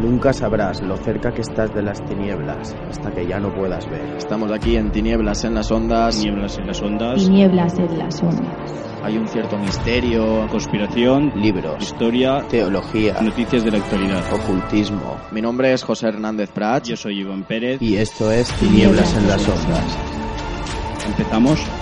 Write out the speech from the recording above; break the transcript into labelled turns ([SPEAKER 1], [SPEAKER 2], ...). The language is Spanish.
[SPEAKER 1] Nunca sabrás lo cerca que estás de las tinieblas hasta que ya no puedas ver.
[SPEAKER 2] Estamos aquí en Tinieblas en las Ondas.
[SPEAKER 3] Nieblas en las
[SPEAKER 4] y
[SPEAKER 3] ondas.
[SPEAKER 4] nieblas en las ondas.
[SPEAKER 2] Hay un cierto misterio,
[SPEAKER 3] Conspiración.
[SPEAKER 2] libros,
[SPEAKER 3] Historia.
[SPEAKER 1] Teología,
[SPEAKER 3] Noticias de la actualidad.
[SPEAKER 1] ocultismo.
[SPEAKER 2] Mi nombre es José Hernández Prats.
[SPEAKER 3] Yo soy Iván Pérez.
[SPEAKER 1] Y esto es Tinieblas en las Ondas.
[SPEAKER 3] Empezamos.